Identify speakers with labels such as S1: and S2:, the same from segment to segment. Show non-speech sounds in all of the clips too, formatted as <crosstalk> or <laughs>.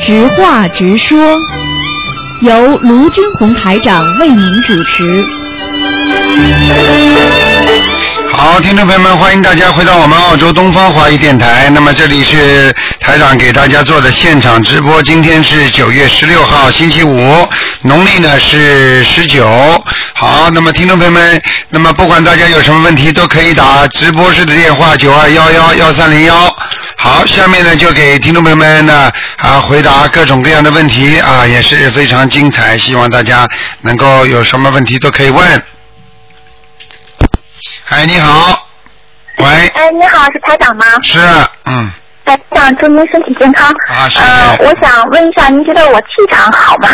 S1: 直话直说，由卢军红台长为您主持。
S2: 好，听众朋友们，欢迎大家回到我们澳洲东方华语电台。那么这里是台长给大家做的现场直播，今天是九月十六号，星期五，农历呢是十九。好，那么听众朋友们，那么不管大家有什么问题，都可以打直播室的电话九二幺幺幺三零幺。好，下面呢就给听众朋友们呢啊回答各种各样的问题啊，也是非常精彩，希望大家能够有什么问题都可以问。哎，你好，喂，
S3: 哎，你好，是台长吗？
S2: 是，嗯，
S3: 台长，祝您身体健康。
S2: 啊谢谢
S3: 呃，我想问一下，您觉得我气场好
S2: <laughs>
S3: 吗？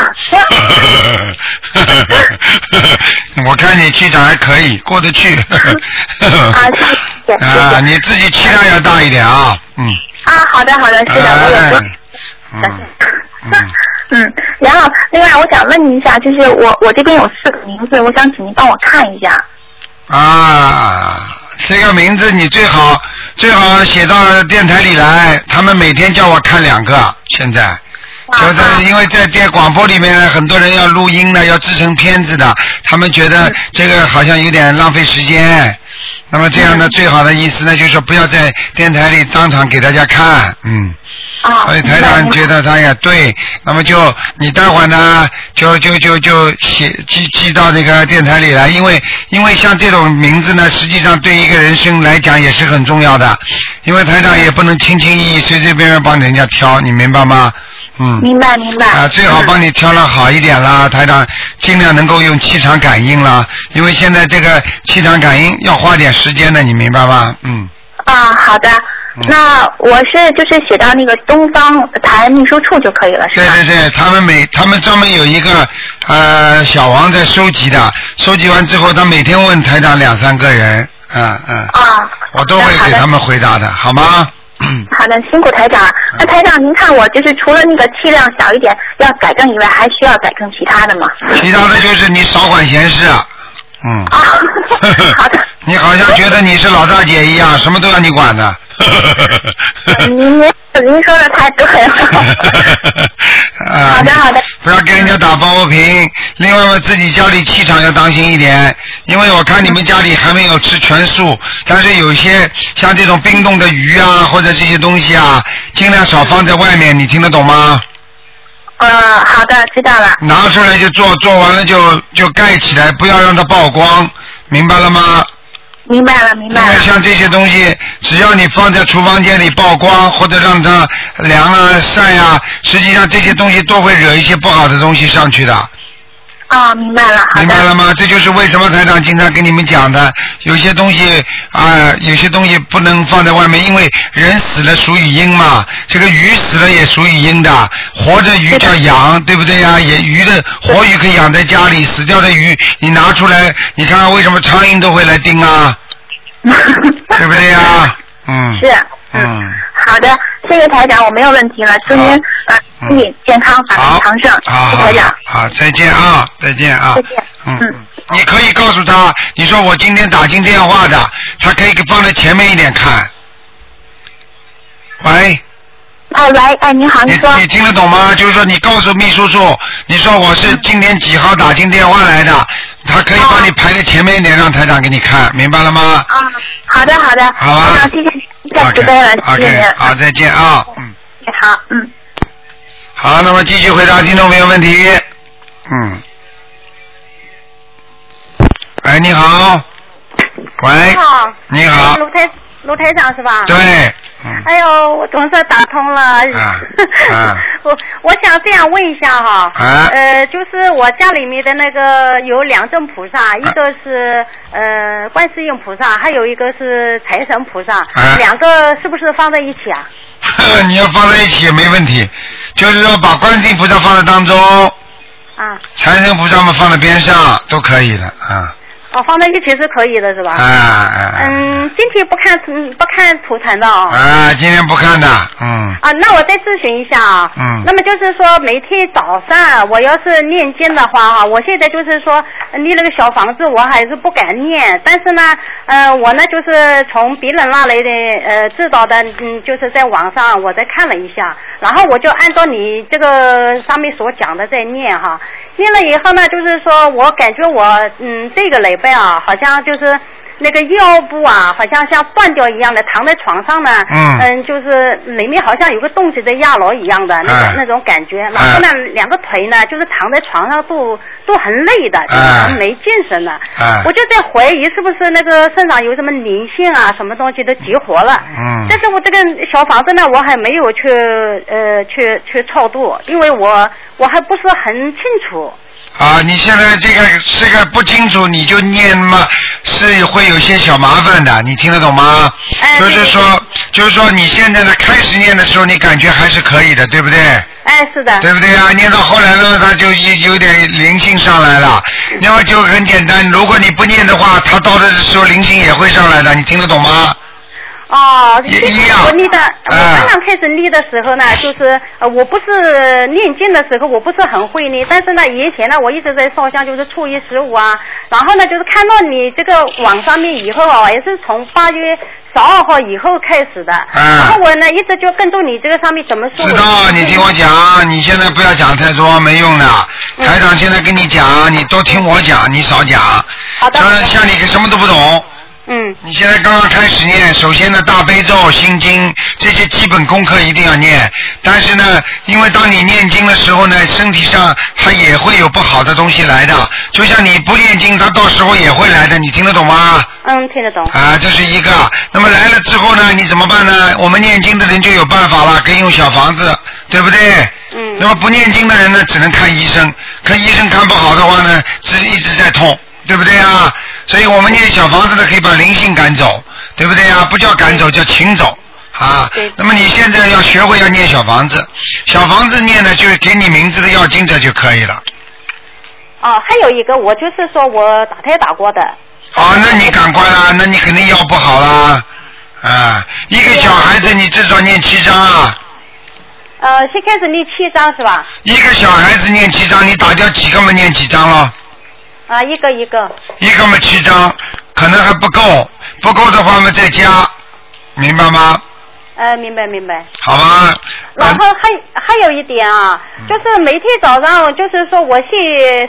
S2: 我看你气场还可以，过得去。
S3: 啊，谢
S2: <laughs>
S3: 谢，谢
S2: 啊，
S3: 谢。
S2: 你自己气量要大一点啊，嗯，
S3: 啊，好的，好的，是的，我有
S2: 哎
S3: 问，
S2: 嗯嗯
S3: 嗯， <laughs> 嗯，然后另外我想问您一下，就是我我这边有四个名字，我想请您帮我看一下。
S2: 啊，这个名字你最好最好写到电台里来，他们每天叫我看两个，现在。就
S3: 啊
S2: 是因为在电广播里面呢，很多人要录音呢，要制成片子的，他们觉得这个好像有点浪费时间。那么这样呢，最好的意思呢，就是说不要在电台里当场给大家看，嗯。
S3: 啊，
S2: 所以台
S3: 明白
S2: 长
S3: 明白
S2: 觉得他也对，那么就你待会儿呢，就就就就写寄寄到那个电台里来，因为因为像这种名字呢，实际上对一个人生来讲也是很重要的，因为台长也不能轻轻易易、随随便便帮人家挑，你明白吗？嗯。
S3: 明白明白。
S2: 啊，最好帮你挑了好一点啦，台长尽量能够用气场感应啦，因为现在这个气场感应要花点时间的，你明白吧？嗯，
S3: 啊，好的
S2: 嗯。
S3: 那我是就是写到那个东方台秘书处就可以了，是
S2: 对
S3: 吧？
S2: 对对，他们每他们专门有一个呃小王在收集的，收集完之后他每天问台长两三个人，嗯嗯，
S3: 啊，
S2: 我都会
S3: 好
S2: 给
S3: 的
S2: 他们回答的，好吗？嗯
S3: 好的，辛苦台长。那台长，您看我就是除了那个气量小一点要改正以外，还需要改正其他的吗？
S2: 其他的就是你少管闲事啊，嗯。
S3: 啊， <laughs> 好的。
S2: <laughs> 你好像觉得你是老大姐一样，什么都要你管
S3: <laughs>
S2: 的。
S3: 您您您说的太对
S2: <laughs>
S3: 了。
S2: 啊
S3: 好的好的
S2: 不要跟人家打抱不平。另外嘛，自己家里气场要当心一点，因为我看你们家里还没有吃全素，但是有些像这种冰冻的鱼啊，或者这些东西啊，尽量少放在外面，你听得懂吗？
S3: 呃，好的，知道了。
S2: 拿出来就做，做完了就就盖起来，不要让它曝光，明白了吗？
S3: 明白了，明
S2: 因
S3: 白
S2: 为
S3: 了。
S2: 像这些东西，只要你放在厨房间里曝光，或者让它凉啊、晒啊，实际上这些东西都会惹一些不好的东西上去的，
S3: 啊，明白了，好
S2: 明白
S3: <laughs> 的。
S2: 了吗？这就是为什么台长经常跟你们讲的，有些东西啊、有些东西不能放在外面，因为人死了属于阴嘛，这个鱼死了也属于阴的，活着鱼
S3: 对的
S2: 叫养，对不对呀、也鱼的活鱼可以养在家里，死掉的鱼你拿出来，你看看为什么苍蝇都会来叮啊，对不对呀、嗯。
S3: 是。
S2: 嗯，
S3: 好的，谢谢台长，我没有问题了。祝您
S2: 好嗯
S3: 呃身体健康，法
S2: 好，
S3: 体长盛。谢
S2: 好，
S3: 谢
S2: 好
S3: 台长。，
S2: 好，再见啊，再见啊，
S3: 再见
S2: 嗯嗯，
S3: 嗯
S2: 你可以告诉他，你说我今天打进电话的，他可以给放在前面一点看。喂，
S3: 哎喂，哎你好，
S2: 你
S3: 你说
S2: 你听得懂吗？就是说你告诉秘书处，你说我是
S3: 嗯
S2: 今天几号打进电话来的，他可以帮
S3: 哦
S2: 你排在前面一点，让台长给你看，明白了吗
S3: 啊？好的好的，
S2: 好啊
S3: 台长谢谢您，太慈悲了，谢谢您
S2: ？OK，OK，。好，再见啊，嗯，
S3: 好，嗯。
S2: 好，那么继续回答听众朋友问题。嗯。哎，你好。喂
S4: 你。好，
S2: 你好。
S4: 卢台卢台长是吧？。
S2: 对。嗯。
S4: 哎呦，我总算打通了。
S2: 啊啊 <laughs>
S4: 我我想这样问一下哈。
S2: 啊
S4: 呃，就是我家里面的那个有两尊菩
S2: 啊
S4: 萨，一个是呃观世音菩萨，还有一个是财神菩萨。
S2: 啊
S4: 两个是不是放在一起啊？
S2: 你要放在一起也没问题，就是说把观世音菩萨放在当中，
S4: 啊
S2: 财神菩萨们放在边上都可以的啊。
S4: 哦，放在一起是可以的，是吧？
S2: 啊啊
S4: 嗯，今天不看嗯不看图腾的哦。
S2: 啊！今天不看的，嗯
S4: 啊，那我再咨询一下啊。
S2: 嗯
S4: 那么就是说，每天早上我要是念经的话哈、我现在就是说呃念那个小房子，我还是不敢念。但是呢，呃，我呢就是从别人那里的呃知道的，嗯，就是在网上我再看了一下，然后我就按照你这个上面所讲的在念哈、念了以后呢，就是说我感觉我嗯这个礼拜啊，好像就是。那个腰部啊，好像像断掉一样的，躺在床上呢，
S2: 嗯
S4: 嗯，就是里面好像有个东西在压牢一样的那个、
S2: 嗯
S4: 那种感觉，然后呢，两个腿呢就是躺在床上都都很
S2: 哎
S4: 累的，就是很没精神的。
S2: 啊
S4: 我就在怀疑是不是那个身上有什么灵性啊，什么东西都激活了。
S2: 嗯
S4: 但是我这个小房子呢，我还没有去呃去去超度，因为我我还不是很清楚。
S2: 啊！你现在这个这个不清楚，你就念嘛，是会有些小麻烦的，你听得懂吗？
S4: 哎
S2: 就
S4: 对
S2: 是说，就是说你现在的开始念的时候，你感觉还是可以的，对不对？
S4: 哎，是的。
S2: 对不对啊？念到后来呢，它就有有点灵性上来了。
S4: 嗯
S2: 那么就很简单，如果你不念的话，它到的时候灵性也会上来的，你听得懂吗？
S4: 哦，
S2: 也
S4: 这
S2: 一样
S4: 我立的，我
S2: 哎
S4: 刚刚开始立的时候呢，就是呃，我不是念经的时候，我不是很会念，但是呢，以前呢，我一直在烧香，就是初一十五啊，然后呢，就是看到你这个网上面以后啊，也是从八月十二号以后开始的，然后我呢一直就跟踪你这个上面怎么说，
S2: 啊知道，你听我讲，你现在不要讲太多，没用的。
S4: 嗯
S2: 台长现在跟你讲，你都听我讲，你少讲。
S4: 好的
S2: 像像你什么都不懂。
S4: 嗯，
S2: 你现在刚刚开始念，首先呢，大悲咒、心经这些基本功课一定要念。但是呢，因为当你念经的时候呢，身体上它也会有不好的东西来的。就像你不念经，它到时候也会来的。你听得懂吗？
S4: 嗯，听得懂，
S2: 啊，这是一个。那么来了之后呢，你怎么办呢？我们念经的人就有办法了，可以用小房子，对不对？
S4: 嗯
S2: 那么不念经的人呢，只能看医生，看医生看不好的话呢，只一直在痛，对不对啊？所以我们念小房子呢，可以把灵性赶走，对不对啊？不叫赶走，叫请走。啊
S4: 对，
S2: 那么你现在要学会要念小房子，小房子念呢，就是给你名字的要经者就可以了。
S4: 哦，还有一个我就是说我打胎打过的，
S2: 哦，那你赶快啦，那你肯定腰不好啦，啊，一个小孩子你至少念七张啊，
S4: 呃，先开始念七张是吧？
S2: 一个小孩子念七张，你打掉几个嘛念几张咯？
S4: 啊，一个一个，
S2: 一个嘛七张，可能还不够，不够的话嘛再加，明白吗？
S4: 呃，明白明白。
S2: 好吧，
S4: 然
S2: 嗯
S4: 后还还有一点啊，就是每天早上，就是说我去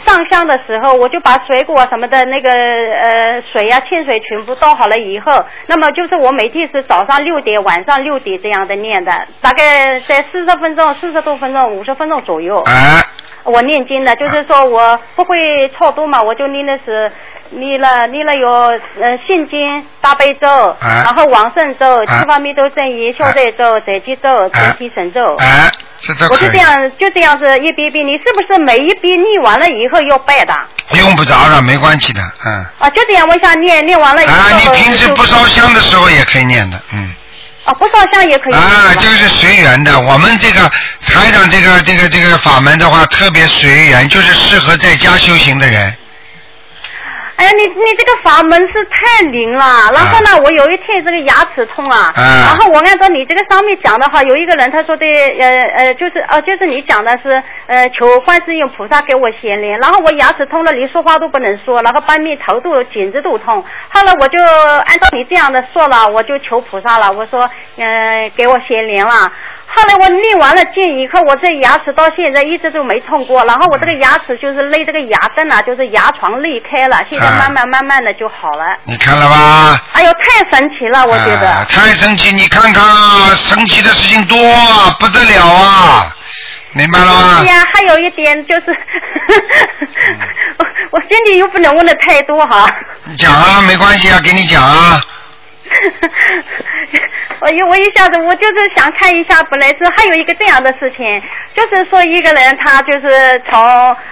S4: 上香的时候，我就把水果什么的那个呃水呀、清水全部倒好了以后，那么就是我每天是早上六点、晚上六点这样的念的，大概在四十分钟、四十多分钟、五十分钟左右。
S2: 哎，
S4: 我念经的，就是说我不会超度嘛，我就念的是念了念了有呃心经、大悲咒，
S2: 啊
S4: 然后往生咒、
S2: 啊
S4: 七方密咒真言、消灾咒、灾吉咒、
S2: 哎
S4: 整体神咒。
S2: 哎，这都
S4: 哦我
S2: 可
S4: 就这
S2: 以，
S4: 样就这样子一遍一遍，你是不是每一遍念完了以后要拜的？
S2: 用不着的，没关系的，嗯。
S4: 啊，就这样往下念，念完了以后
S2: 啊，你平时
S4: 就
S2: 不烧香的时候也可以念的，嗯。
S4: 啊不烧香也可以
S2: 啊，
S4: 是吧
S2: 就是随缘的。我们这个台长这个这个这个法门的话，特别随缘，就是适合在家修行的人。
S4: 哎呀，你你这个法门是太灵了。然后呢，我有一天这个牙齿痛啊，
S2: 啊
S4: 然后我按照你这个上面讲的话，有一个人他说的呃呃，就是呃就是你讲的是呃求观世音菩萨给我显灵，然后我牙齿痛了，连说话都不能说，然后半面头都颈子都痛。后来我就按照你这样的说了，我就求菩萨了，我说嗯、呃给我显灵了。后来我念完了经以后，我这牙齿到现在一直都没痛过，然后我这个牙齿就是勒这个牙根啊，就是牙床裂开了，现在
S2: 啊
S4: 慢慢慢慢的就好了。
S2: 你看了吧？
S4: 哎呦，太神奇了，我觉得。
S2: 啊、太神奇！你看看啊，神奇的事情多啊，不得了啊！明白了吗嗯
S4: 对？哎呀、还有一点就是， <laughs> 我我心里又不能问的太多哈。
S2: 你讲啊，没关系啊，给你讲啊。
S4: <laughs> 我一我一下子我就是想看一下，本来是还有一个这样的事情，就是说一个人他就是从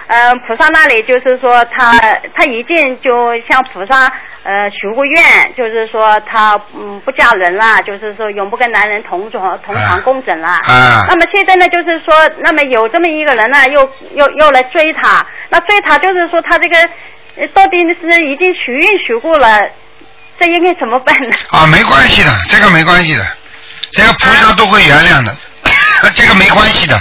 S4: 嗯、呃菩萨那里，就是说他他已经就向菩萨呃许过愿，就是说他嗯不嫁人啦，就是说永不跟男人同床同床共枕啦。
S2: 啊
S4: 那么现在呢，就是说，那么有这么一个人呢，又又又来追他，那追他就是说他这个。呃到底是已经许愿许过了，这应该怎么办呢？
S2: 啊，没关系的，这个没关系的，这个菩萨都会原谅的， <coughs> 这个没关系的。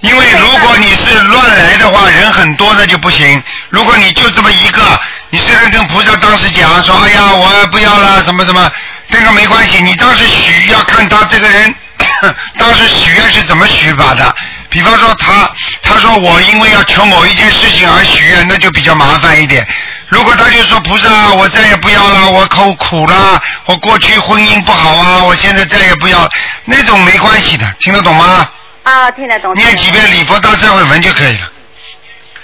S2: 因为如果你是乱来的话，人很多那就不行。如果你就这么一个，你虽然跟菩萨当时讲说，哎呀，我不要了，什么什么，这个没关系。你当时许要看他这个人， <coughs> 当时许愿是怎么许法的。比方说他，他说我因为要求某一件事情而许愿，那就比较麻烦一点。如果他就说菩萨，我再也不要了，我口苦了，我过去婚姻不好啊，我现在再也不要，那种没关系的，听得懂吗？
S4: 啊，听得懂。
S2: 念几遍礼佛大忏悔文就可以了，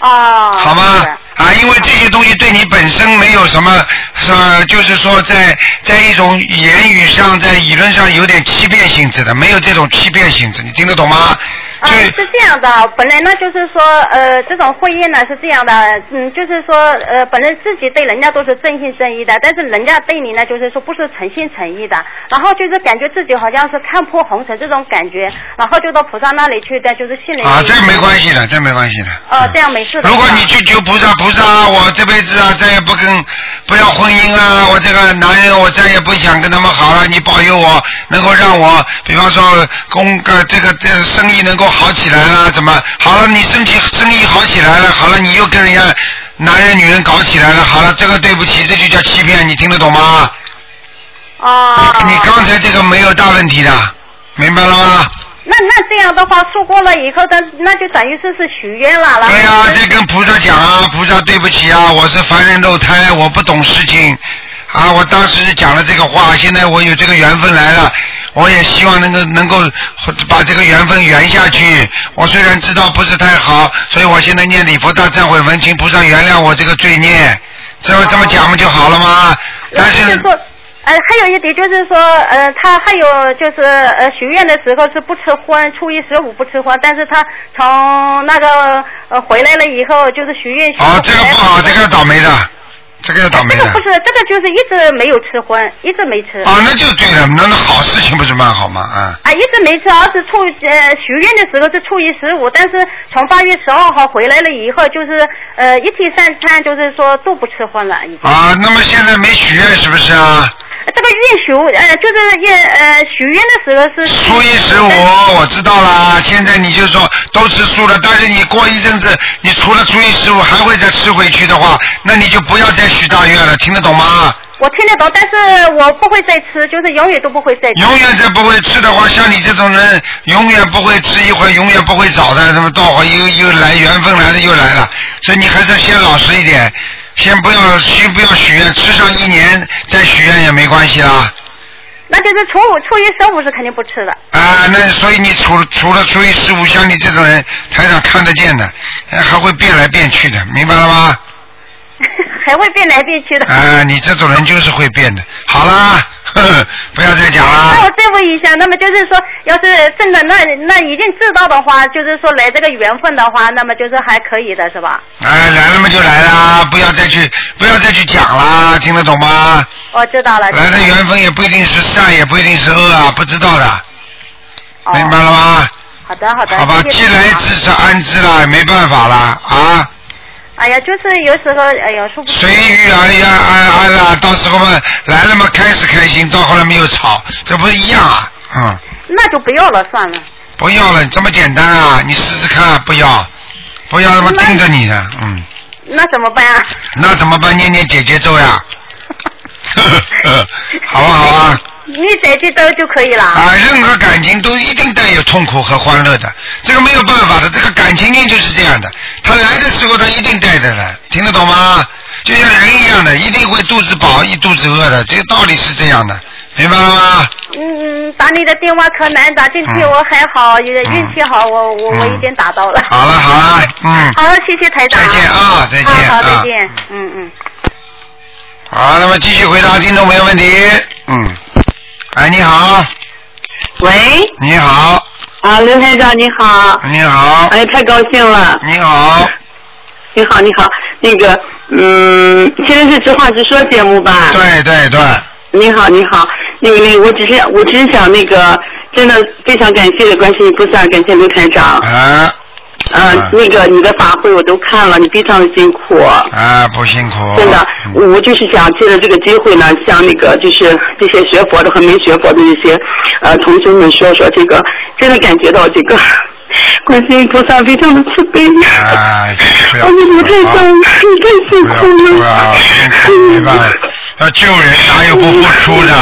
S4: 哦。
S2: 好吗
S4: 是？
S2: 啊，因为这些东西对你本身没有什么，呃，就是说在在一种言语上，在理论上有点欺骗性质的，没有这种欺骗性质，你听得懂吗？
S4: 啊，
S2: 就是
S4: 这样的啊，本来呢就是说，呃，这种婚姻呢是这样的，嗯，就是说，呃，本来自己对人家都是真心真意的，但是人家对你呢，就是说不是诚心诚意的，然后就是感觉自己好像是看破红尘这种感觉，然后就到菩萨那里去的，就是心里
S2: 啊，这没关系的，这没关系的。
S4: 哦、这样没事的。
S2: 如果
S4: 是吧
S2: 你去求菩萨，菩萨，我这辈子啊，再也不跟不要婚姻啊，我这个男人，我再也不想跟他们好了。你保佑我，能够让我，比方说工呃这个这个生意能够好起来啊，怎么好了？你生意生意好起来了，好了，你又跟人家男人女人搞起来了，好了，这个对不起，这就叫欺骗，你听得懂吗？
S4: 啊，
S2: 你刚才这个没有大问题的，明白了吗？
S4: 那那这样的话，说过了以后，那那就等于是是许愿了，然后
S2: 对呀、这跟菩萨讲啊，菩萨对不起啊，我是凡人肉胎，我不懂事情啊，我当时是讲了这个话，现在我有这个缘分来了，我也希望能够能够把这个缘分圆下去。我虽然知道不是太好，所以我现在念礼佛大忏悔文，请菩萨原谅我这个罪孽，这么这么讲不就好了吗？但
S4: 就是是说，呃，还有一点就是说，呃，他还有就是呃，许愿的时候是不吃荤，初一十五不吃荤，但是他从那个呃回来了以后，就是许愿许
S2: 啊，
S4: 了
S2: 这个
S4: 回来哎
S2: 不好，这个要倒霉的，这个要倒霉
S4: 这
S2: 的
S4: 个不。是，这个就是一直没有吃荤，一直没吃。
S2: 啊，那就对了，那那好事情不是蛮好吗？啊、
S4: 啊，一直没吃，而是初呃许愿的时候是初一十五，但是从八月十二号回来了以后，就是呃一天三餐就是说都不吃荤了，已经。
S2: 啊，那么现在没许愿是不是啊？
S4: 这个愿许呃就是愿呃许愿的时候是
S2: 初一十五我知道啦，现在你就说都吃素了，但是你过一阵子，你除了初一十五还会再吃回去的话，那你就不要再许大愿了，听得懂吗？
S4: 我听得懂，但是我不会再吃，就是永远都不会再吃。
S2: 永远再不会吃的话，像你这种人，永远不会吃一会儿，永远不会找的，什么到会又又来缘分来了又来了，所以你还是先老实一点，先不要许不要许愿，吃上一年再许愿也没关系啦。
S4: 那就是初五、初一、十五是肯定不吃的。
S2: 啊，那所以你除除了初一十五，像你这种人，台长看得见的，呃还会变来变去的，明白了吗？
S4: <laughs> 还会变来变去的。
S2: 啊，你这种人就是会变的。好啦，呵呵不要再讲
S4: 那我
S2: 啦。
S4: 再问一下，那么就是说，要是真的那那已经知道的话，就是说来这个缘分的话，那么就是还可以的是吧？
S2: 哎，来了嘛就来啦，不要再去不要再去讲啦，听得懂吗？
S4: 我哦知道了。
S2: 来的缘分也不一定是善，也不一定是恶啊，不知道的，
S4: 哦
S2: 明白了吗？
S4: 好的好的。
S2: 好吧，
S4: 谢谢
S2: 既来
S4: 你啊
S2: 之则安之啦，没办法啦啊。
S4: 哎呀，就是有时候哎呀说不出
S2: 随遇而安安安啦，到时候嘛来了嘛开始开心，到后来没有吵，这不是一样啊？嗯，
S4: 那就不要了算了。
S2: 不要了，这么简单啊？你试试看，不要，不要他妈盯着你的，嗯，
S4: 那怎么办啊？ <laughs>
S2: 那怎么办？念念姐姐咒呀， <laughs> 好不好啊？
S4: 你在这周就可以了。
S2: 啊，任何感情都一定带有痛苦和欢乐的，这个没有办法的，这个感情运就是这样的，它来的时候它一定带着的，听得懂吗？就像人一样的，一定会肚子饱一肚子饿的，这个道理是这样的，明白了吗？
S4: 嗯，打你的电话可难打，进去
S2: 嗯
S4: 我还好，也
S2: 嗯
S4: 运气好，我我我
S2: 嗯
S4: 已经打到了。
S2: 好了好了，嗯，
S4: 好，谢谢台长。
S2: 再见啊再见
S4: 好，
S2: 啊
S4: 再见。嗯嗯。
S2: 好，那么继续回答听众朋友问题，嗯，哎，你好，
S5: 喂，
S2: 你好，
S5: 啊，刘台长你好，
S2: 你好，
S5: 哎，太高兴了，
S2: 你好，
S5: 你好你好，那个，嗯，现在是直话直说节目吧？。
S2: 对对对，
S5: 你好你好，那个那个，我只是我啊只是想那个，真的非常感谢观世音菩萨，感谢刘台长。
S2: 啊，
S5: 呃，
S2: 嗯
S5: 那个你的法会我都看了，你非常的辛苦。
S2: 啊，不辛苦。
S5: 真的，
S2: 嗯
S5: 我就是想借着这个机会呢，向那个就是这些学佛的和没学佛的这些呃同学们说说，这个真的感觉到这个观世音菩萨非常的慈悲。
S2: 哎不要
S5: 我们太
S2: 不要
S5: 伤，你太
S2: 不
S5: 辛
S2: 要
S5: 苦
S2: 不要
S5: 了。
S2: 辛苦，啊没办法，要救人哪有不付出的？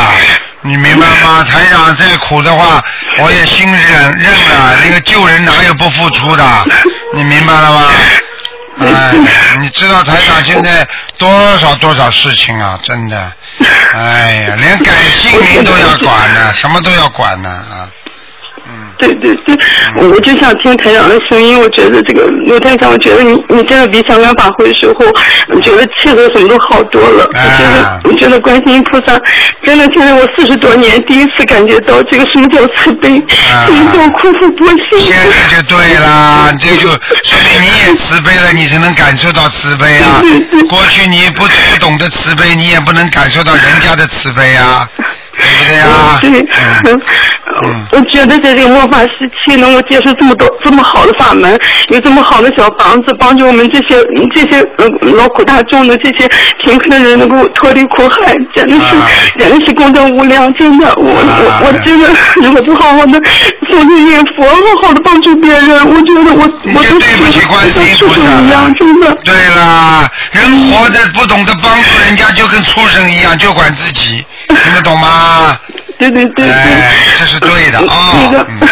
S2: 你明白吗？台长再苦的话，我也心忍认了。那个救人哪有不付出的？你明白了吗？哎，你知道台长现在多少多少事情啊，真的，哎呀，连改姓名都要管呢，什么都要管呢啊，嗯。
S5: 对对对，我就想听台长的声音，我觉得这个刘台长，我觉得你你真的比香港法啊会时候，我觉得气候什么都好多了。我觉
S2: 啊
S5: 得我觉得观世音菩萨真的就是我四十多年第一次感觉到这个什么叫慈悲，
S2: 啊
S5: 什么叫苦不波
S2: 现
S5: 心。
S2: 在就对啦，这就说明你也慈悲了，你才能感受到慈悲啊。过去你不不懂得慈悲，你也不能感受到人家的慈悲啊，对不对啊？
S5: 对，
S2: 嗯嗯
S5: 嗯我觉得在这个末法时期，能够接受这么多这么好的法门，有这么好的小房子，帮助我们这些嗯这些呃劳苦大众的这些贫困的人，能够脱离苦海，真的是、
S2: 啊
S5: 简直是功德无量，真的，我、
S2: 啊
S5: 我我真的，如果不好好的诵经念佛，好好的帮助别人，我觉得我
S2: 你
S5: 我
S2: 就
S5: 都
S2: 对不起
S5: 是
S2: 观世音
S5: 像
S2: 菩
S5: 畜
S2: 萨
S5: 生一
S2: 了
S5: 样，真的。
S2: 对啦，人活着不懂得帮助人家，就跟畜生一样，就管自己，听得懂吗？
S5: 对对对对，
S2: 哎这是对的啊
S5: 那个
S2: 嗯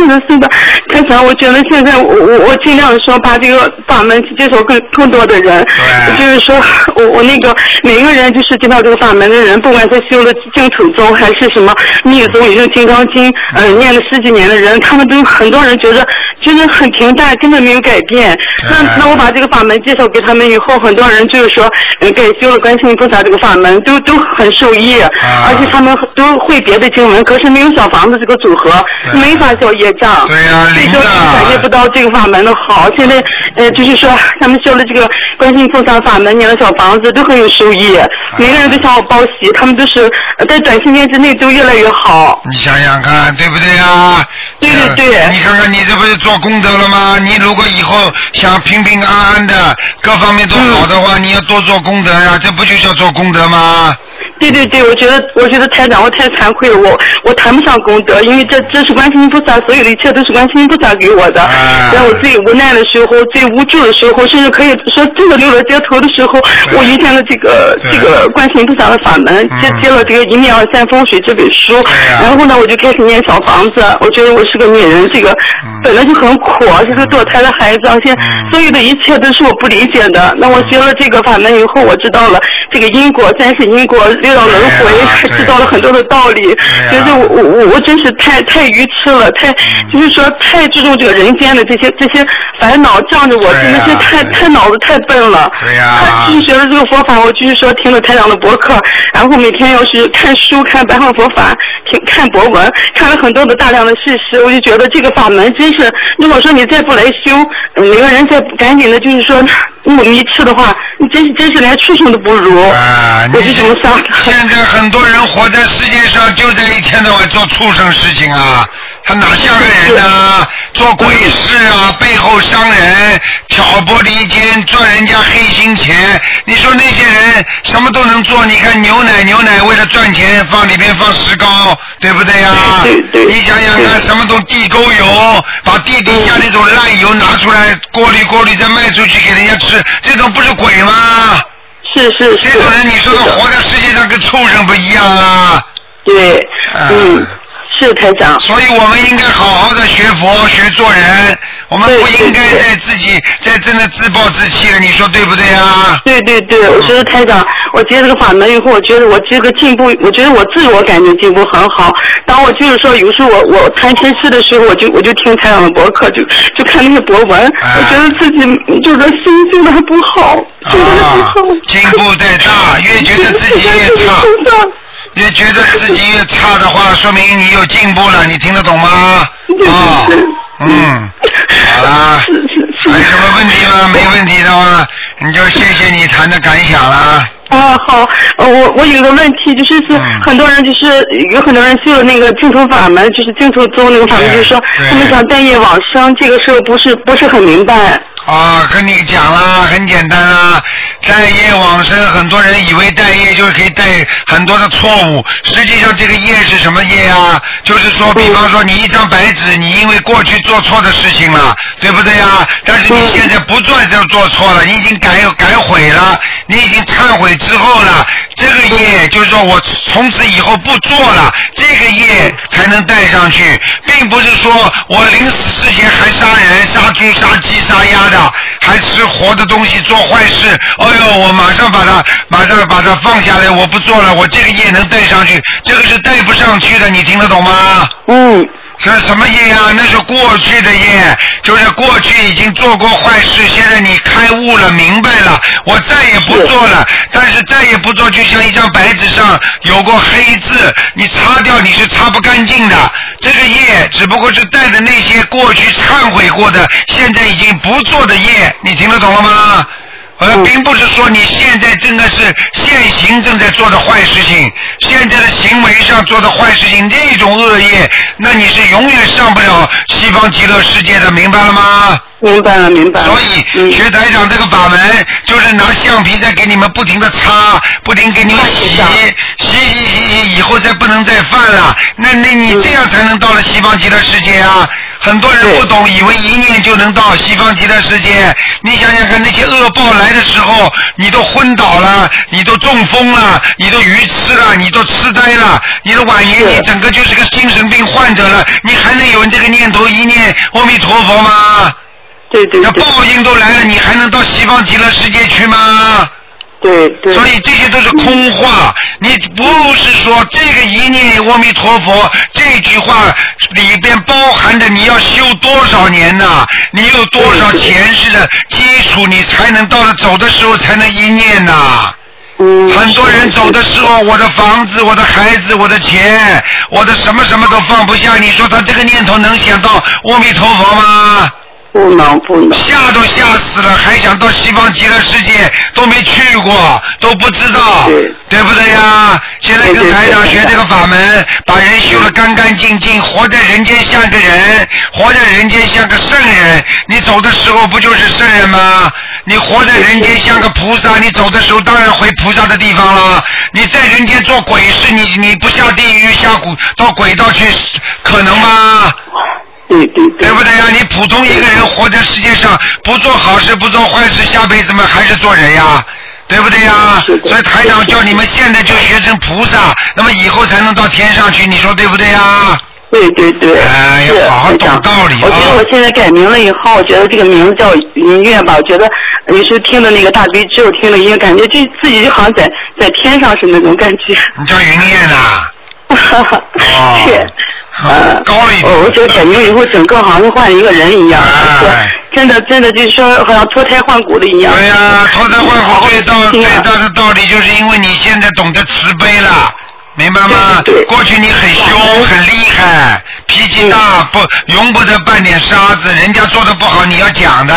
S5: 是的，是的，台长，我觉得现在我我我尽量说把这个法门介绍更更多的人，
S2: 对
S5: 就是说我我那个每个人就是接到这个法门的人，不管是修了净土宗还是什么密宗，也就是金刚经，呃，
S2: 嗯
S5: 念了十几年的人，他们都很多人觉得真的很平淡，根本没有改变。那
S2: 对
S5: 那我把这个法门介绍给他们以后，很多人就是说，嗯，改修了观世音菩萨这个法门，都都很受益，
S2: 啊
S5: 而且他们都会别的经文，可是没有小房子这个组合，
S2: 对
S5: 没法消业障。
S2: 对呀
S5: 所以
S2: 灵
S5: 说
S2: 啊
S5: 感觉不到这个法门的好。现在呃，就是说他们修了这个观世音菩萨法门，念了小房子，都很有收益。
S2: 哎
S5: 每个人都向我报喜，他们都是呃在短时间之内都越来越好。
S2: 你想想看，对不对啊？
S5: 对对
S2: 呃
S5: 对
S2: 你看看你这不是做功德了吗？你如果以后想平平安安的，各方面都好的
S5: 嗯
S2: 话，你要多做功德呀、这不就叫做功德吗？
S5: 对对对，我觉得我觉得台长，我太惭愧了，我我谈不上功德，因为这这是观世音菩萨，所有的一切都是观世音菩萨给我的。
S2: 哎
S5: 在我最无奈的时候，最无助的时候，甚至可以说真的流落街头的时候，我遇见了这个
S2: 对
S5: 这个观世音菩萨的法门，
S2: 嗯
S5: 接接了这个《一命二三风水》这本书，
S2: 呀
S5: 然后呢，我就开始念小房子，我觉得我是个女人，这个
S2: 嗯
S5: 本来就很苦，啊而且是堕胎的孩子，而且
S2: 嗯
S5: 所有的一切都是我不理解的。那我学了这个法门以后，我知道了这个因果，三世因果，六道轮回
S2: 对呀，
S5: 还
S2: 对
S5: 知道了很多的道理。
S2: 呀嗯
S5: 觉得我我我我真是太太愚痴了，太就是说太注重这个人间的这些这些烦恼障着我，
S2: 对呀
S5: 真的是太
S2: 对
S5: 太脑子太笨了。
S2: 对呀
S5: 他就是学了这个佛法，我就是说听了台长的博客，然后每天要是看书、看白话佛法、听看博文，看了很多的大量的事实，我就觉得这个法门真是，如果说你再不来修，嗯每个人再不赶紧的，就是说努力吃的话，你真是真是连畜生都不如。
S2: 啊，
S5: 我
S2: 你
S5: 是这么想的。
S2: <laughs> 现在很多人活在世界上，就在一天到晚做畜生事情啊，他哪像个人呢、做鬼事啊，背后伤人，挑拨离间，赚人家黑心钱。你说那些人什么都能做？你看牛奶，牛奶为了赚钱放里边放石膏，对不对呀、
S5: 对对对
S2: 你想想看，什么都地沟油，把地底下那种烂油拿出来过滤过滤，再卖出去给人家吃，这种不是鬼吗？
S5: 是是是。
S2: 这种人，你说他活在世界上跟畜生不一样啊！
S5: 对，
S2: 啊
S5: 嗯，是台长。
S2: 所以我们应该好好的学佛、学做人，我们
S5: 对
S2: 不应该
S5: 对对
S2: 再自己再真的自暴自弃了，你说对不对啊？
S5: 对对对，我觉得台长，我接这个法门以后，我觉得我这个进步，我觉得我自我感觉进步很好。当我就是说，有时候我我谈天事的时候，我就我就听台长的博客，就就看那些博文，
S2: 啊
S5: 我觉得自己嗯就是说心境的还不好，真的还不
S2: 啊
S5: 好。，
S2: 进步太大，越觉得自己越差，越觉得自己越差的话，说明你有进步了，你听得懂吗？啊、嗯，好啦，还有什么问题吗？没问题的话，你就谢谢你谈的感想啦。
S5: 啊，好，呃，我我有个问题，就是是
S2: 嗯
S5: 很多人就是有很多人修了那个净土法门，就是净土宗那个法门，
S2: 对
S5: 就是说
S2: 对
S5: 他们想带业往生，这个事儿不是不是很明白。
S2: 啊，跟你讲啦，很简单啦，带业往生，很多人以为带业就是可以带很多的错误，实际上这个业是什么业啊？就是说，比方说你一张白纸，你因为过去做错的事情了，对不对啊？但是你现在不再就做错了，你已经改改悔了，你已经忏悔之后了，这个业就是说我从此以后不做了，这个业才能带上去，并不是说我临死之前还杀人、杀猪、杀鸡、杀鸭的，还吃活的东西做坏事。哎呦，我马上把它马上把它放下来，我不做了，我这个业能带上去，这个是带不上去的，你听得懂吗？
S5: 嗯
S2: 这是什么业呀、那是过去的业，就是过去已经做过坏事，现在你开悟了，明白了，我再也不做了。但是再也不做，就像一张白纸上有过黑字，你擦掉你是擦不干净的。这个业只不过是带着那些过去忏悔过的，现在已经不做的业，你听得懂了吗？呃，并不是说你现在真的是现行正在做的坏事情，现在的行为上做的坏事情，那种恶业，那你是永远上不了西方极乐世界的，明白了吗？
S5: 明白了，明白了。
S2: 所以
S5: 嗯
S2: 学台长这个法门，就是拿橡皮在给你们不停的擦，不停给你们洗，洗洗洗洗，以后再不能再犯了。那那
S5: 嗯
S2: 你这样才能到了西方极乐世界啊！很多人不懂，以为一念就能到西方极乐世界。你想想看，那些恶报来的时候，你都昏倒了，你都中风了，你都愚痴了，你都痴呆了，你的晚年你整个就是个精神病患者了，你还能有这个念头一念阿弥陀佛吗？
S5: 对对
S2: 那
S5: 对
S2: 报应都来了，你还能到西方极乐世界去吗？
S5: 对对。
S2: 所以这些都是空话，你不是说这个一念阿弥陀佛这句话里边包含着你要修多少年呐、你有多少前世的基础，你才能到了走的时候才能一念呐、
S5: 嗯
S2: 很多人走的时候，我的房子、我的孩子、我的钱、我的什么什么都放不下，你说他这个念头能想到阿弥陀佛吗？
S5: 不能不能。
S2: 吓都吓死了，还想到西方极乐世界，都没去过，都不知道，
S5: 对
S2: 不对呀？现在
S5: 对
S2: 跟
S5: 对
S2: 台长
S5: 对
S2: 学这个法门，把人修得干干净净，活在人间像个人，活在人间像个圣人。你走的时候不就是圣人吗？你活在人间像个菩萨，你走的时候当然回菩萨的地方了。你在人间做鬼事，你你不下地狱下鬼到鬼道去，可能吗？
S5: 对对对
S2: 对。不对呀、你普通一个人活在世界上，不做好事，不做坏事，下辈子嘛还是做人呀，对不对呀？
S5: 嗯是的
S2: 所以台长叫你们现在就学成菩萨，那么以后才能到天上去，你说对不对呀？
S5: 对对对，
S2: 哎呀
S5: 是
S2: 好好
S5: 台
S2: 懂
S5: 长
S2: 道理啊
S5: 我觉得我现在改名了以后，我觉得这个名字叫音乐吧，我觉得有时候听的那个大悲咒，听的音乐，感觉就自己就好像在在天上是那种感觉。
S2: 你叫云念呐、
S5: <laughs>
S2: 哦
S5: 是，呃，
S2: 高了一点
S5: 我我觉得改名以后，整个好像换了一个人一样，
S2: 哎
S5: 就是真的真的就是说好像脱胎换骨的一样。
S2: 对呀、脱胎换
S5: 好
S2: 骨
S5: 好
S2: 最大
S5: 听
S2: 最
S5: 啊
S2: 大的道理，就是因为你现在懂得慈悲了。明白吗？
S5: 对对对
S2: 过去你很凶，很厉害，脾气大，不
S5: 嗯
S2: 容不得半点沙子。人家做的不好，你要讲的。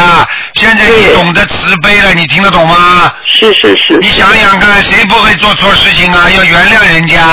S2: 现在你
S5: 对
S2: 懂得慈悲了，你听得懂吗？
S5: 是是是，
S2: 你想想看，谁不会做错事情啊？要原谅人家。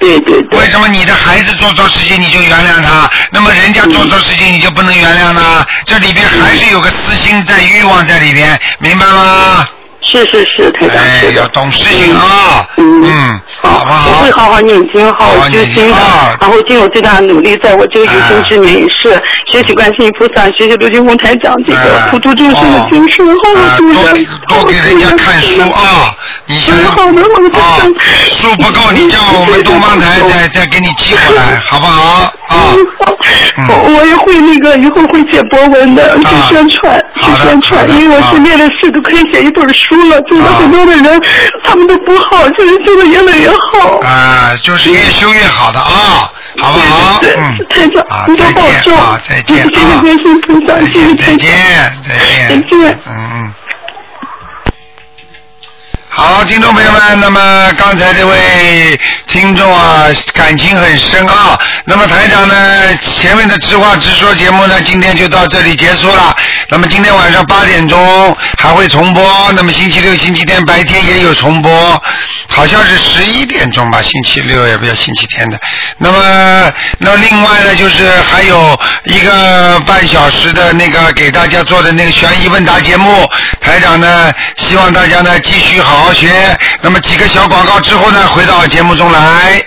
S5: 对对对
S2: 为，什么你的孩子做错事情你就原谅他，那么人家做错事情你就不能原谅呢？这里边还是有个私心在、欲望在里边，明白吗？
S5: 是是是，台长
S2: 哎
S5: 是，
S2: 要
S5: 的。
S2: 懂事情啊，
S5: 嗯
S2: 嗯，好不
S5: 我
S2: 好
S5: 会？好好念经，好
S2: 好好
S5: 好修
S2: 念经
S5: 心的
S2: 啊，哎
S5: 然后尽我最大的努力，在我这个有生之年也是学习观世音菩萨，学习卢金红台长这个
S2: 哎
S5: 普度众生的精神，好
S2: 啊，
S5: 好
S2: 多
S5: 修
S2: 给
S5: 心，
S2: 多给人家看书啊！你想想
S5: 好的好的
S2: 啊
S5: 好的，
S2: 书不够，你叫我们东方台再再给你寄过来，好不好？啊，嗯
S5: 嗯好，我我也会那个，以后会写博文的，去
S2: 啊
S5: 宣传，
S2: 好的好
S5: 去宣传
S2: 的，
S5: 因为我
S2: 啊
S5: 身边的事都可以写一本书了。就是
S2: 啊
S5: 很多的人，他们都不好，现在修的越来越好。
S2: 啊，就是越修越好的啊，好不好？
S5: 对
S2: 嗯
S5: 对，对，台
S2: 啊
S5: 长，您多
S2: 再
S5: 保
S2: 见
S5: 重
S2: 啊，再见
S5: 谢谢
S2: 啊
S5: 观世音菩萨，
S2: 再
S5: 谢
S2: 见，
S5: 谢
S2: 嗯
S5: 台
S2: 再见，再
S5: 长。
S2: 见，
S5: 再见
S2: 嗯嗯。好，听众朋友们，那么刚才这位听众啊，感情很深啊。那么台长呢，前面的直话直说节目呢，今天就到这里结束了。那么今天晚上八点钟还会重播，那么星期六、星期天白天也有重播，好像是十一点钟吧，星期六也不要星期天的。那么，那另外呢，就是还有一个半小时的那个给大家做的那个悬疑问答节目，台长呢希望大家呢继续好好学。那么几个小广告之后呢，回到节目中来。